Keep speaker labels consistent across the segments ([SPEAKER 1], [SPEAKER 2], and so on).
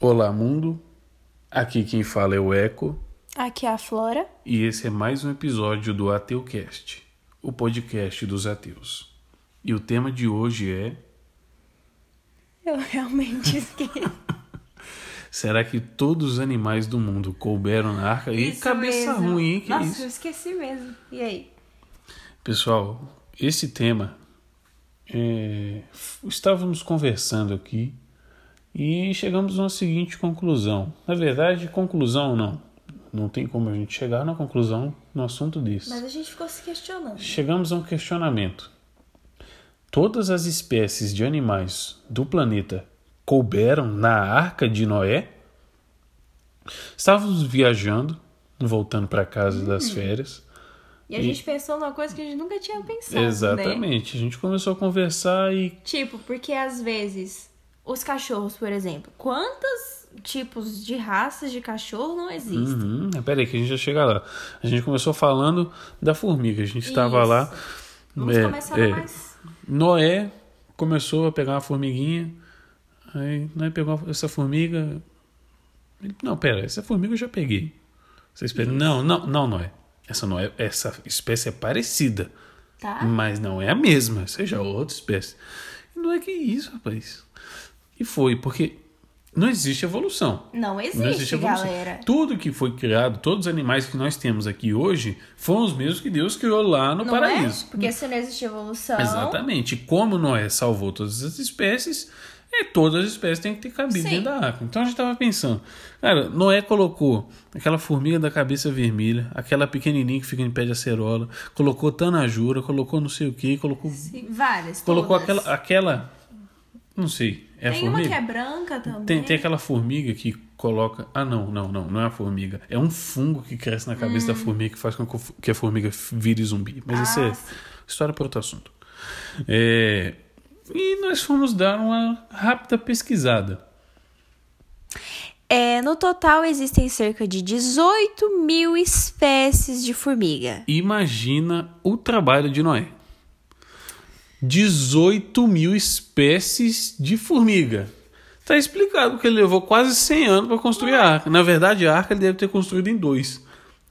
[SPEAKER 1] Olá, mundo. Aqui quem fala é o Eco
[SPEAKER 2] Aqui é a Flora.
[SPEAKER 1] e esse é mais um episódio do Ateucast, o podcast dos ateus. E o tema de hoje é:
[SPEAKER 2] Eu realmente esqueci.
[SPEAKER 1] será que todos os animais do mundo couberam na arca? E
[SPEAKER 2] Isso
[SPEAKER 1] cabeça
[SPEAKER 2] mesmo.
[SPEAKER 1] ruim, hein? Que
[SPEAKER 2] Nossa, eu
[SPEAKER 1] isso?
[SPEAKER 2] esqueci mesmo. E aí?
[SPEAKER 1] Pessoal, esse tema é, f- estávamos conversando aqui e chegamos à seguinte conclusão. Na verdade, conclusão não. Não tem como a gente chegar na conclusão no assunto desse.
[SPEAKER 2] Mas a gente ficou se questionando.
[SPEAKER 1] Chegamos a um questionamento. Todas as espécies de animais do planeta couberam na arca de Noé? Estávamos viajando, voltando para casa das
[SPEAKER 2] Hum.
[SPEAKER 1] férias.
[SPEAKER 2] E a
[SPEAKER 1] E-
[SPEAKER 2] gente pensou numa coisa que a gente nunca tinha pensado. né?
[SPEAKER 1] Exatamente. A gente começou a conversar e
[SPEAKER 2] Tipo, porque às vezes os cachorros, por exemplo, quantos tipos de raças de cachorro não existem?
[SPEAKER 1] Uhum. Peraí, que a gente já chega lá. A gente começou falando da formiga. A gente estava
[SPEAKER 2] Isso.
[SPEAKER 1] lá.
[SPEAKER 2] Vamos
[SPEAKER 1] é,
[SPEAKER 2] começar
[SPEAKER 1] é.
[SPEAKER 2] mais.
[SPEAKER 1] Noé começou a pegar uma formiguinha. Aí Noé pegou essa formiga. Ele, não, pera, essa formiga eu já peguei. Você espera. Não, não, não, Noé. Essa, não é, essa espécie é parecida,
[SPEAKER 2] Tá?
[SPEAKER 1] mas não é a mesma. Seja outra espécie. E Não é que isso, rapaz. E foi, porque não existe evolução.
[SPEAKER 2] Não existe,
[SPEAKER 1] Não existe evolução. Então,
[SPEAKER 2] galera.
[SPEAKER 1] Tudo que foi criado, todos os animais que nós temos aqui hoje, foram os mesmos que Deus criou lá no
[SPEAKER 2] Não
[SPEAKER 1] paraíso.
[SPEAKER 2] é? Porque se não existe evolução.
[SPEAKER 1] Exatamente. Como Noé salvou todas as espécies, é, todas as espécies têm que ter cabido
[SPEAKER 2] Sim.
[SPEAKER 1] dentro da arca. Então a gente estava pensando, cara, Noé colocou aquela formiga da cabeça vermelha, aquela pequenininha que fica em pé de acerola, colocou tanajura, colocou não sei o que, colocou,
[SPEAKER 2] Sim, Várias.
[SPEAKER 1] colocou
[SPEAKER 2] todas.
[SPEAKER 1] aquela, aquela, não sei, é a
[SPEAKER 2] Tem uma
[SPEAKER 1] formiga?
[SPEAKER 2] que é branca também.
[SPEAKER 1] Tem, tem aquela formiga que coloca. Ah, não, não, não, não é a formiga. É um fungo que cresce na cabeça da formiga que faz com que a formiga vire zumbi. Mas
[SPEAKER 2] Ah,
[SPEAKER 1] isso é
[SPEAKER 2] sim.
[SPEAKER 1] história para outro assunto. É, E nós fomos dar uma rápida pesquisada.
[SPEAKER 2] É, no total existem cerca de 18 mil espécies de formiga.
[SPEAKER 1] Imagina o trabalho de Noé. 18 mil espécies de formiga. Tá explicado que ele levou quase 100 anos para construir a arca. Na verdade, a arca ele deve ter construído em dois.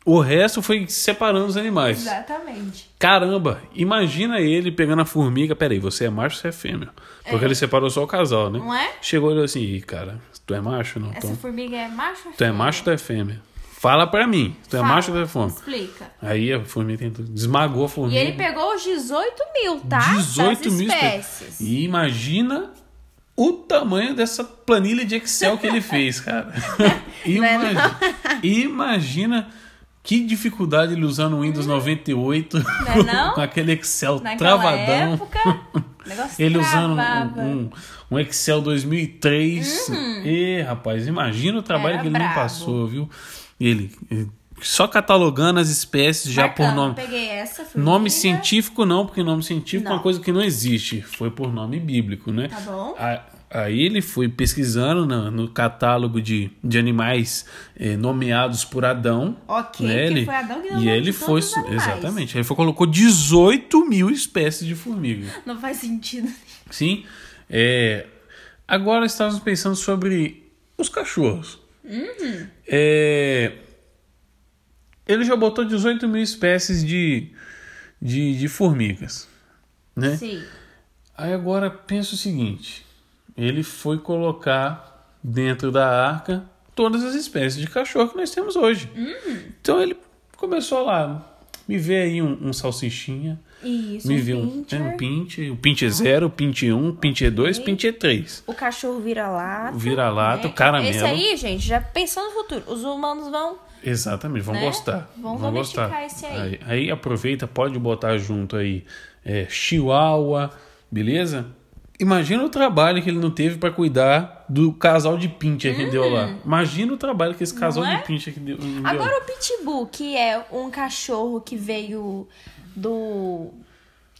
[SPEAKER 1] O resto foi separando os animais.
[SPEAKER 2] Exatamente.
[SPEAKER 1] Caramba, imagina ele pegando a formiga. Peraí, você é macho ou você é fêmea? Porque ele separou só o casal, né?
[SPEAKER 2] Não é?
[SPEAKER 1] Chegou ele assim, "Ih, cara, tu é macho ou não?
[SPEAKER 2] Essa
[SPEAKER 1] Então,
[SPEAKER 2] formiga é macho ou
[SPEAKER 1] tu é
[SPEAKER 2] fêmea?
[SPEAKER 1] macho ou tu é fêmea? Fala pra mim, tu é
[SPEAKER 2] Fala,
[SPEAKER 1] macho ou tu é fêmea?
[SPEAKER 2] Explica.
[SPEAKER 1] Aí a formiga tentou, desmagou a
[SPEAKER 2] E
[SPEAKER 1] formiga.
[SPEAKER 2] ele pegou os 18 mil, tá?
[SPEAKER 1] 18
[SPEAKER 2] das
[SPEAKER 1] Hum. mil
[SPEAKER 2] espécies.
[SPEAKER 1] E é imagina o tamanho dessa planilha de Excel que ele fez, cara.
[SPEAKER 2] é
[SPEAKER 1] imagina, imagina que dificuldade ele usando o Windows 98
[SPEAKER 2] Hum. Não é não?
[SPEAKER 1] com aquele Excel
[SPEAKER 2] Naquela
[SPEAKER 1] um travadão.
[SPEAKER 2] época, o negócio
[SPEAKER 1] Ele usando
[SPEAKER 2] travava. Uhum.
[SPEAKER 1] um, um- um Excel 2003. E rapaz, imagina o trabalho
[SPEAKER 2] Era
[SPEAKER 1] que ele não
[SPEAKER 2] brabo.
[SPEAKER 1] passou, viu? Ele, ele só catalogando as espécies já por
[SPEAKER 2] Marcando,
[SPEAKER 1] nome.
[SPEAKER 2] Peguei essa formiga.
[SPEAKER 1] Nome científico não, porque nome científico é uma
[SPEAKER 2] Uhum. Não.
[SPEAKER 1] coisa que não existe. Foi por nome bíblico, né?
[SPEAKER 2] Tá bom.
[SPEAKER 1] A- aí ele foi pesquisando na- no, catálogo de, de animais eh, nomeados por Adão.
[SPEAKER 2] Ok,
[SPEAKER 1] né?
[SPEAKER 2] porque
[SPEAKER 1] Ele-
[SPEAKER 2] foi Adão que deu
[SPEAKER 1] E
[SPEAKER 2] nome
[SPEAKER 1] ele
[SPEAKER 2] de
[SPEAKER 1] foi.
[SPEAKER 2] todos os animais.
[SPEAKER 1] Exatamente. Ele foi, colocou 18 mil espécies de formiga.
[SPEAKER 2] Não faz sentido.
[SPEAKER 1] Sim. É, agora estávamos pensando sobre os cachorros.
[SPEAKER 2] Hum.
[SPEAKER 1] É, ele já botou 18 mil espécies de, de, de formigas. Né?
[SPEAKER 2] Sim.
[SPEAKER 1] Aí agora pensa o seguinte: ele foi colocar dentro da arca todas as espécies de cachorro que nós temos hoje.
[SPEAKER 2] Hum.
[SPEAKER 1] Então ele começou lá. Me vê aí um, um salsichinha,
[SPEAKER 2] Isso,
[SPEAKER 1] me
[SPEAKER 2] um
[SPEAKER 1] vê um,
[SPEAKER 2] pincher.
[SPEAKER 1] é, um pinte, o pinte é 0, o pinte é 1, o pinte é 2, o pinte é 3.
[SPEAKER 2] O cachorro vira lata.
[SPEAKER 1] O vira-lata,
[SPEAKER 2] né?
[SPEAKER 1] o caramelo.
[SPEAKER 2] Esse aí, gente, já pensando no futuro. Os humanos vão.
[SPEAKER 1] Exatamente, vão
[SPEAKER 2] Né?
[SPEAKER 1] gostar.
[SPEAKER 2] Vão domesticar
[SPEAKER 1] gostar.
[SPEAKER 2] esse aí.
[SPEAKER 1] aí. aproveita, pode botar junto aí é, chihuahua, beleza? Imagina o trabalho que ele não teve para cuidar do casal de pincher que deu lá. Imagina o trabalho que esse casal
[SPEAKER 2] Uhum. é?
[SPEAKER 1] de pincher que deu. deu.
[SPEAKER 2] Agora o Pitbull, que é um cachorro que veio do.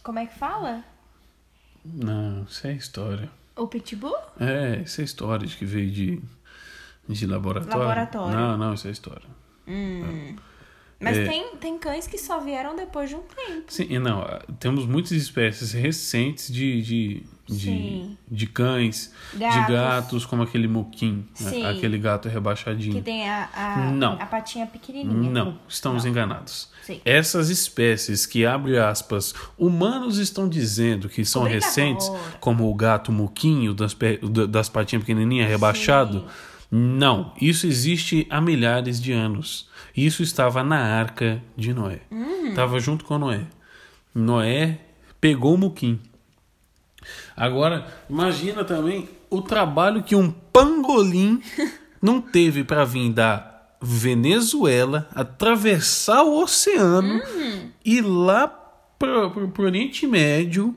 [SPEAKER 2] Como é que fala?
[SPEAKER 1] Não, isso é história.
[SPEAKER 2] O Pitbull?
[SPEAKER 1] É, isso é história de que veio de, de laboratório.
[SPEAKER 2] Laboratório.
[SPEAKER 1] Não, não, isso é história.
[SPEAKER 2] Mas
[SPEAKER 1] É.
[SPEAKER 2] tem, tem cães que só vieram depois de um tempo.
[SPEAKER 1] Sim, e não, ah, temos muitas espécies recentes de, de, de,
[SPEAKER 2] Sim.
[SPEAKER 1] de cães,
[SPEAKER 2] Gatos.
[SPEAKER 1] de gatos, como aquele moquim, né?
[SPEAKER 2] Sim.
[SPEAKER 1] aquele gato
[SPEAKER 2] Que
[SPEAKER 1] rebaixadinho.
[SPEAKER 2] tem a, a,
[SPEAKER 1] Não.
[SPEAKER 2] a patinha pequenininha.
[SPEAKER 1] Não, estamos enganados.
[SPEAKER 2] Sim.
[SPEAKER 1] Essas espécies que, abre aspas, humanos estão dizendo que são
[SPEAKER 2] Obrigada.
[SPEAKER 1] recentes, como o gato moquinho das, pe- da- das patinhas pequenininhas rebaixado,
[SPEAKER 2] Sim.
[SPEAKER 1] não, isso existe há milhares de anos. Isso estava na arca de Noé. Estava junto com Noé. Noé pegou o muquim. Agora, imagina também o trabalho que um pangolim não teve para vir da Venezuela, atravessar o oceano
[SPEAKER 2] Uhum.
[SPEAKER 1] e ir lá pro, pro, pro Oriente Médio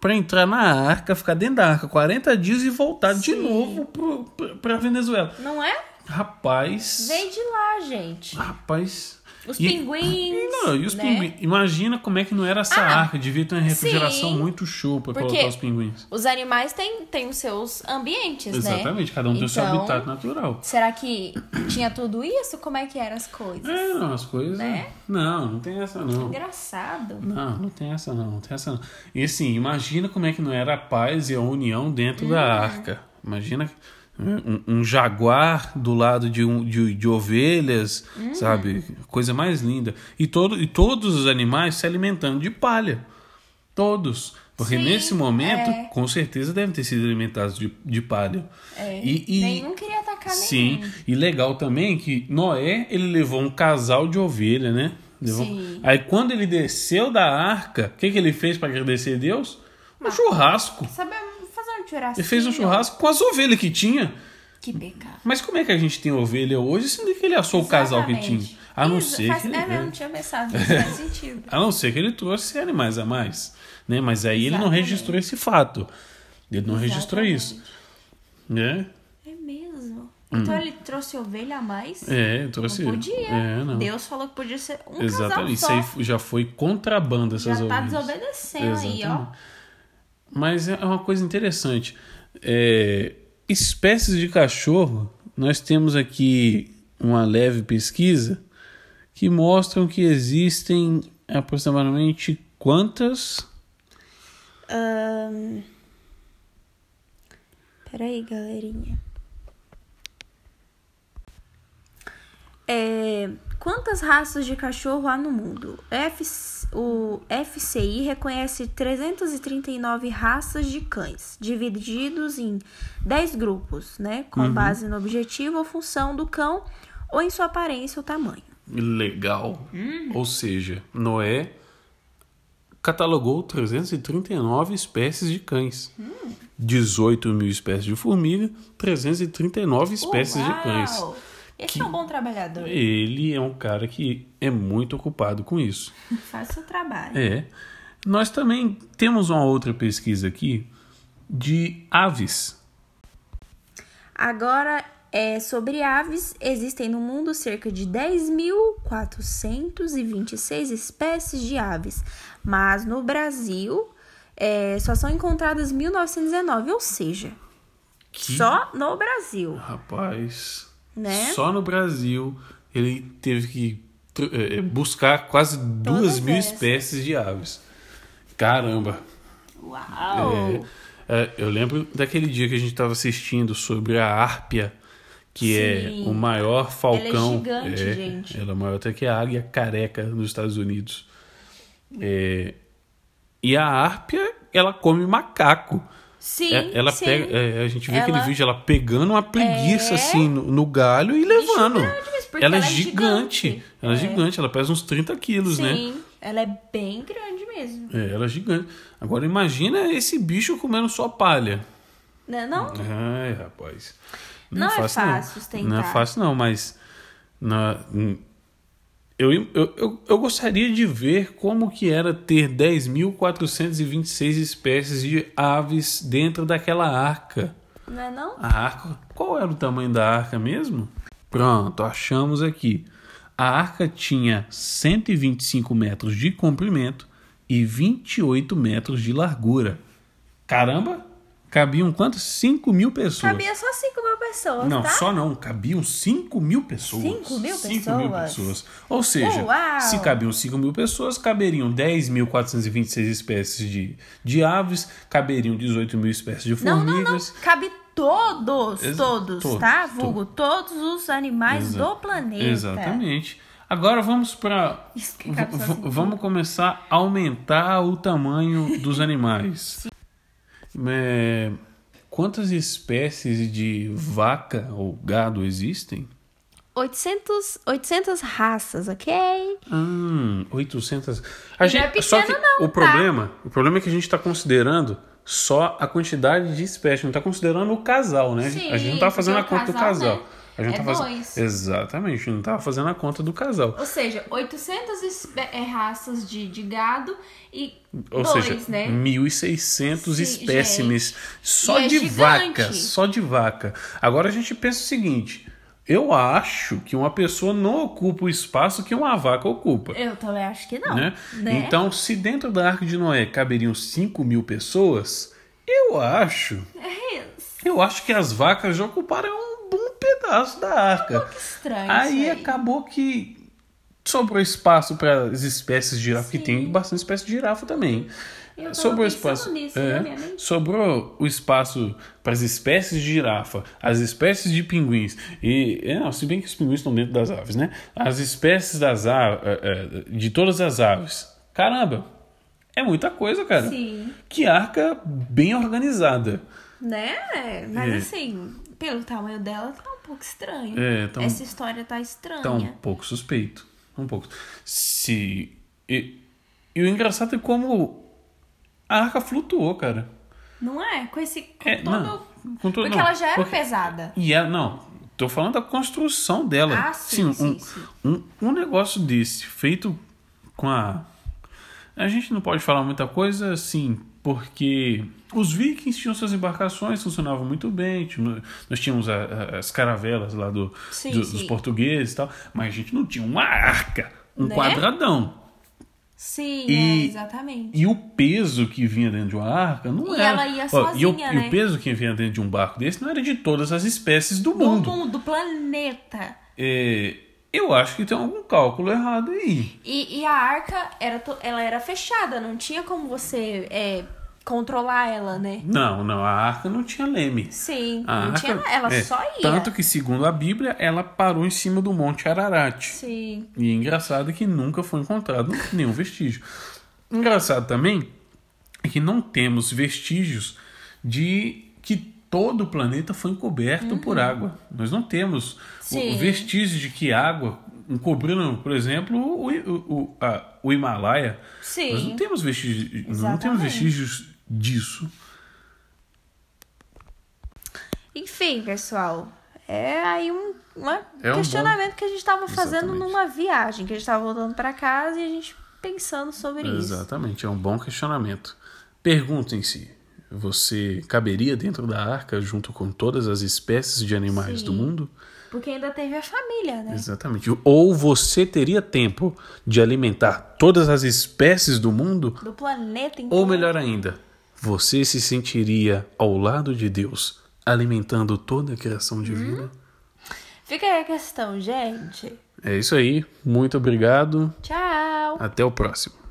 [SPEAKER 1] para entrar na arca, ficar dentro da arca 40 dias e voltar de novo pro, pra, pra Venezuela.
[SPEAKER 2] Não é?
[SPEAKER 1] Rapaz.
[SPEAKER 2] Veio de lá, gente.
[SPEAKER 1] Rapaz.
[SPEAKER 2] Os
[SPEAKER 1] E-
[SPEAKER 2] pinguins.
[SPEAKER 1] E, não, e os
[SPEAKER 2] né?
[SPEAKER 1] pinguins? Imagina como é que não era essa
[SPEAKER 2] Ah,
[SPEAKER 1] arca. Devia ter uma refrigeração
[SPEAKER 2] sim.
[SPEAKER 1] muito show pra
[SPEAKER 2] Porque-
[SPEAKER 1] colocar os pinguins.
[SPEAKER 2] Os animais têm, têm os seus ambientes, né?
[SPEAKER 1] Exatamente, cada um tem o seu
[SPEAKER 2] Então-
[SPEAKER 1] habitat natural.
[SPEAKER 2] Será que tinha tudo isso? Como é que eram as coisas?
[SPEAKER 1] É, não, as coisas.
[SPEAKER 2] Né?
[SPEAKER 1] Não, não tem essa não.
[SPEAKER 2] Engraçado. né?
[SPEAKER 1] Não, não tem essa não, não tem essa não. E assim, imagina como é que não era a paz e a união dentro
[SPEAKER 2] Uhum.
[SPEAKER 1] da arca. Imagina um, um jaguar do lado de, um, de, de ovelhas,
[SPEAKER 2] Uhum.
[SPEAKER 1] sabe? Coisa mais linda. E, todo, e todos os animais se alimentando de palha. Todos. Porque
[SPEAKER 2] Sim,
[SPEAKER 1] nesse momento,
[SPEAKER 2] é.
[SPEAKER 1] com certeza, devem ter sido alimentados de, de palha.
[SPEAKER 2] É.
[SPEAKER 1] E- e-
[SPEAKER 2] Nenhum queria atacar
[SPEAKER 1] Sim,
[SPEAKER 2] ninguém.
[SPEAKER 1] e legal também que Noé, ele levou um casal de ovelha, né? Levou-
[SPEAKER 2] Sim.
[SPEAKER 1] Aí quando ele desceu da arca, o que, que ele fez para agradecer a Deus?
[SPEAKER 2] Ah.
[SPEAKER 1] Um churrasco.
[SPEAKER 2] Sabe fazer um churrasco?
[SPEAKER 1] Ele fez um churrasco com as ovelhas que tinha.
[SPEAKER 2] Que pecado.
[SPEAKER 1] Mas como é que a gente tem ovelha hoje, sendo que ele achou o casal que tinha?
[SPEAKER 2] Exatamente.
[SPEAKER 1] A não
[SPEAKER 2] Isso,
[SPEAKER 1] ser
[SPEAKER 2] faz-
[SPEAKER 1] que ele...
[SPEAKER 2] É, não, não tinha pensado. Não faz sentido.
[SPEAKER 1] A não ser que ele trouxe animais a mais, né? Mas aí ele não
[SPEAKER 2] Exatamente.
[SPEAKER 1] registrou esse fato. Ele não registrou isso, né?
[SPEAKER 2] É mesmo. Então ele trouxe ovelha a mais?
[SPEAKER 1] Hum. É, trouxe...
[SPEAKER 2] Não podia.
[SPEAKER 1] É, não.
[SPEAKER 2] Deus falou que podia ser um
[SPEAKER 1] Exatamente. Isso
[SPEAKER 2] casal
[SPEAKER 1] aí
[SPEAKER 2] só.
[SPEAKER 1] f- já foi contrabando
[SPEAKER 2] Já
[SPEAKER 1] essas
[SPEAKER 2] tá
[SPEAKER 1] ovelhas.
[SPEAKER 2] desobedecendo aí, ó.
[SPEAKER 1] Exatamente. Mas é uma coisa interessante. É, espécies de cachorro, nós temos aqui uma leve pesquisa que mostram que existem aproximadamente quantas?
[SPEAKER 2] Ahn. Peraí, galerinha. É, quantas raças de cachorro há no mundo? F, o FCI reconhece 339 raças de cães, divididos em 10 grupos, né?
[SPEAKER 1] Uhum.
[SPEAKER 2] Com base no objetivo ou função do cão ou em sua aparência ou tamanho.
[SPEAKER 1] Legal. Ou seja, Noé catalogou 339 espécies de cães. 18 mil espécies de formiga, 339 espécies de cães.
[SPEAKER 2] Uau! Esse é um bom trabalhador.
[SPEAKER 1] Ele é um cara que é muito ocupado com isso.
[SPEAKER 2] Faz seu trabalho.
[SPEAKER 1] É. Nós também temos uma outra pesquisa aqui de aves.
[SPEAKER 2] Agora, é, sobre aves, existem no mundo cerca de 10.426 espécies de aves, mas no Brasil é, só são encontradas 1.919, ou seja,
[SPEAKER 1] Que-
[SPEAKER 2] só no Brasil.
[SPEAKER 1] Rapaz.
[SPEAKER 2] Né?
[SPEAKER 1] Só no Brasil ele teve que tr- eh, buscar quase duas mil
[SPEAKER 2] essas.
[SPEAKER 1] espécies de aves. Caramba.
[SPEAKER 2] Uau!
[SPEAKER 1] É, é, eu lembro daquele dia que a gente estava assistindo sobre a árpia, que
[SPEAKER 2] Sim.
[SPEAKER 1] é o maior falcão.
[SPEAKER 2] gigante, gente.
[SPEAKER 1] Ela é maior até que a águia careca nos Estados Unidos. É, e a árpia, ela come macaco.
[SPEAKER 2] Sim,
[SPEAKER 1] É, ela
[SPEAKER 2] sim.
[SPEAKER 1] pega, é, a gente vê aquele
[SPEAKER 2] Ela-
[SPEAKER 1] vídeo ela pegando uma preguiça assim no, no galho e levando.
[SPEAKER 2] gigante, mas porque
[SPEAKER 1] ela, é
[SPEAKER 2] ela é
[SPEAKER 1] gigante.
[SPEAKER 2] gigante.
[SPEAKER 1] Ela é gigante, ela pesa uns 30 quilos, né?
[SPEAKER 2] Sim, ela é bem grande mesmo.
[SPEAKER 1] É, ela é gigante. Agora imagina esse bicho comendo só palha.
[SPEAKER 2] Né, Não,
[SPEAKER 1] Ai, rapaz.
[SPEAKER 2] Não é fácil sustentar.
[SPEAKER 1] Não é fácil, não, mas. Na, hum, eu, eu, eu, eu gostaria de ver como que era ter 10.426 espécies de aves dentro daquela arca.
[SPEAKER 2] não é não?
[SPEAKER 1] A arca. Qual era o tamanho da arca mesmo? Pronto, achamos aqui. A arca tinha 125 metros de comprimento e 28 metros de largura. Caramba! Cabiam quantas? 5 mil pessoas.
[SPEAKER 2] Cabia só assim 5 mil pessoas,
[SPEAKER 1] Não,
[SPEAKER 2] tá?
[SPEAKER 1] só não. Cabiam 5 mil pessoas.
[SPEAKER 2] 5 mil
[SPEAKER 1] 5 mil
[SPEAKER 2] pessoas?
[SPEAKER 1] pessoas. Ou seja,
[SPEAKER 2] Uau!
[SPEAKER 1] se cabiam 5 mil pessoas, caberiam 10.426 espécies de, de aves, caberiam 18 mil espécies de
[SPEAKER 2] Não, não, não.
[SPEAKER 1] formigas.
[SPEAKER 2] Cabe todos,
[SPEAKER 1] Ex-
[SPEAKER 2] todos,
[SPEAKER 1] todos,
[SPEAKER 2] tá? Vulgo, todos os animais
[SPEAKER 1] Exa-
[SPEAKER 2] do planeta.
[SPEAKER 1] Exatamente. Agora vamos para.
[SPEAKER 2] Isso que cabe só
[SPEAKER 1] v-
[SPEAKER 2] cinco.
[SPEAKER 1] Vamos começar a aumentar o tamanho dos animais. É, quantas espécies de vaca ou gado existem?
[SPEAKER 2] 800, 800 raças, ok?
[SPEAKER 1] Hum, 800. A
[SPEAKER 2] Não é
[SPEAKER 1] só que
[SPEAKER 2] pequeno não,
[SPEAKER 1] o
[SPEAKER 2] tá?
[SPEAKER 1] problema, o problema é que a gente está considerando só a quantidade de espécies, não está considerando o casal, né? a gente não está
[SPEAKER 2] Sim,
[SPEAKER 1] fazendo a
[SPEAKER 2] porque o
[SPEAKER 1] conta
[SPEAKER 2] casal,
[SPEAKER 1] do casal.
[SPEAKER 2] né,
[SPEAKER 1] A gente
[SPEAKER 2] é
[SPEAKER 1] tá fazendo-
[SPEAKER 2] dois.
[SPEAKER 1] Exatamente, a gente não está fazendo a conta do casal.
[SPEAKER 2] Ou seja, 800 espe- é, raças de, de gado e
[SPEAKER 1] Ou
[SPEAKER 2] dois,
[SPEAKER 1] seja, hum.
[SPEAKER 2] né?
[SPEAKER 1] 1.600
[SPEAKER 2] Sim,
[SPEAKER 1] espécimes só
[SPEAKER 2] E é
[SPEAKER 1] de
[SPEAKER 2] gigante.
[SPEAKER 1] vaca, só de vaca. Agora a gente pensa o seguinte, eu acho que uma pessoa não ocupa o espaço que uma vaca ocupa.
[SPEAKER 2] Eu também acho que não.
[SPEAKER 1] né?
[SPEAKER 2] né?
[SPEAKER 1] Então, se dentro da Arca de Noé caberiam 5 mil pessoas, eu acho,
[SPEAKER 2] É isso.
[SPEAKER 1] eu acho que as vacas já ocuparam um bom pedaço da arca.
[SPEAKER 2] Que estranho.
[SPEAKER 1] Aí é
[SPEAKER 2] isso aí.
[SPEAKER 1] acabou que sobrou espaço para as espécies de girafa, que
[SPEAKER 2] Sim.
[SPEAKER 1] tem bastante espécie de girafa também.
[SPEAKER 2] Eu tava
[SPEAKER 1] sobrou
[SPEAKER 2] pensando
[SPEAKER 1] espaço,
[SPEAKER 2] nisso
[SPEAKER 1] é,
[SPEAKER 2] na minha mente.
[SPEAKER 1] sobrou o espaço para as espécies de girafa, as espécies de pinguins e é, não, se bem que os pinguins estão dentro das aves, né? As espécies das aves, de todas as aves. Caramba, é muita coisa, cara.
[SPEAKER 2] Sim.
[SPEAKER 1] Que arca bem organizada.
[SPEAKER 2] Né? Mas
[SPEAKER 1] É.
[SPEAKER 2] assim, pelo tamanho dela, tá um pouco estranho.
[SPEAKER 1] É, tá um-
[SPEAKER 2] Essa história tá estranha.
[SPEAKER 1] Tá um pouco suspeito. Um pouco. Se. E, e o engraçado é como a arca flutuou, cara.
[SPEAKER 2] Não é? Com esse. Com
[SPEAKER 1] É,
[SPEAKER 2] todo...
[SPEAKER 1] não, com todo-
[SPEAKER 2] Porque
[SPEAKER 1] não,
[SPEAKER 2] ela já era
[SPEAKER 1] porque-
[SPEAKER 2] pesada.
[SPEAKER 1] E ela, não, tô falando da construção dela.
[SPEAKER 2] Ah, sim, sim,
[SPEAKER 1] um,
[SPEAKER 2] sim.
[SPEAKER 1] Um, um negócio desse, feito com a. A gente não pode falar muita coisa assim, porque os vikings tinham suas embarcações, funcionavam muito bem. tinha- Nós tínhamos a- a- as caravelas lá do,
[SPEAKER 2] Sim,
[SPEAKER 1] do-
[SPEAKER 2] sim.
[SPEAKER 1] dos portugueses e tal, mas a gente não tinha uma arca, um
[SPEAKER 2] Né?
[SPEAKER 1] quadradão.
[SPEAKER 2] Sim,
[SPEAKER 1] E-
[SPEAKER 2] é, exatamente.
[SPEAKER 1] E o peso que vinha dentro de uma arca não
[SPEAKER 2] E
[SPEAKER 1] era.
[SPEAKER 2] ela ia
[SPEAKER 1] e, o,
[SPEAKER 2] sozinha,
[SPEAKER 1] e
[SPEAKER 2] né?
[SPEAKER 1] o peso que vinha dentro de um barco desse não era de todas as espécies do
[SPEAKER 2] Do
[SPEAKER 1] mundo.
[SPEAKER 2] mundo, do planeta.
[SPEAKER 1] É, eu acho que tem algum cálculo errado aí.
[SPEAKER 2] E, e a arca, era to- ela era fechada, não tinha como você é, controlar ela, né?
[SPEAKER 1] Não, não, a arca não tinha leme.
[SPEAKER 2] Sim,
[SPEAKER 1] A
[SPEAKER 2] não
[SPEAKER 1] arca,
[SPEAKER 2] tinha nada, ela
[SPEAKER 1] é,
[SPEAKER 2] só ia.
[SPEAKER 1] Tanto que, segundo a Bíblia, ela parou em cima do Monte Ararat.
[SPEAKER 2] Sim.
[SPEAKER 1] E engraçado é que nunca foi encontrado nenhum vestígio. Engraçado também é que não temos vestígios de que todo o planeta foi encoberto por água. Nós não temos o-
[SPEAKER 2] Uhum. Sim.
[SPEAKER 1] vestígios de que água encobriu, por exemplo, o, o, o, a- o Himalaia.
[SPEAKER 2] Sim.
[SPEAKER 1] Nós não temos vestígios, não
[SPEAKER 2] Exatamente.
[SPEAKER 1] temos vestígios disso.
[SPEAKER 2] Enfim, pessoal, é aí um, uma-
[SPEAKER 1] É um bom-
[SPEAKER 2] questionamento que a gente estava fazendo
[SPEAKER 1] Exatamente.
[SPEAKER 2] numa viagem, que a gente estava voltando para casa e a gente pensando sobre isso.
[SPEAKER 1] Exatamente, é um bom questionamento. Perguntem-se: você caberia dentro da arca junto com todas as espécies de animais
[SPEAKER 2] Sim.
[SPEAKER 1] do mundo?
[SPEAKER 2] Porque ainda teve a família, né?
[SPEAKER 1] Exatamente. Ou você teria tempo de alimentar todas as espécies do mundo?
[SPEAKER 2] Do planeta inteiro.
[SPEAKER 1] Ou melhor ainda, você se sentiria ao lado de Deus, alimentando toda a criação divina?
[SPEAKER 2] Uhum. Fica aí a questão, gente.
[SPEAKER 1] É isso aí. Muito obrigado.
[SPEAKER 2] Tchau!
[SPEAKER 1] Até o próximo.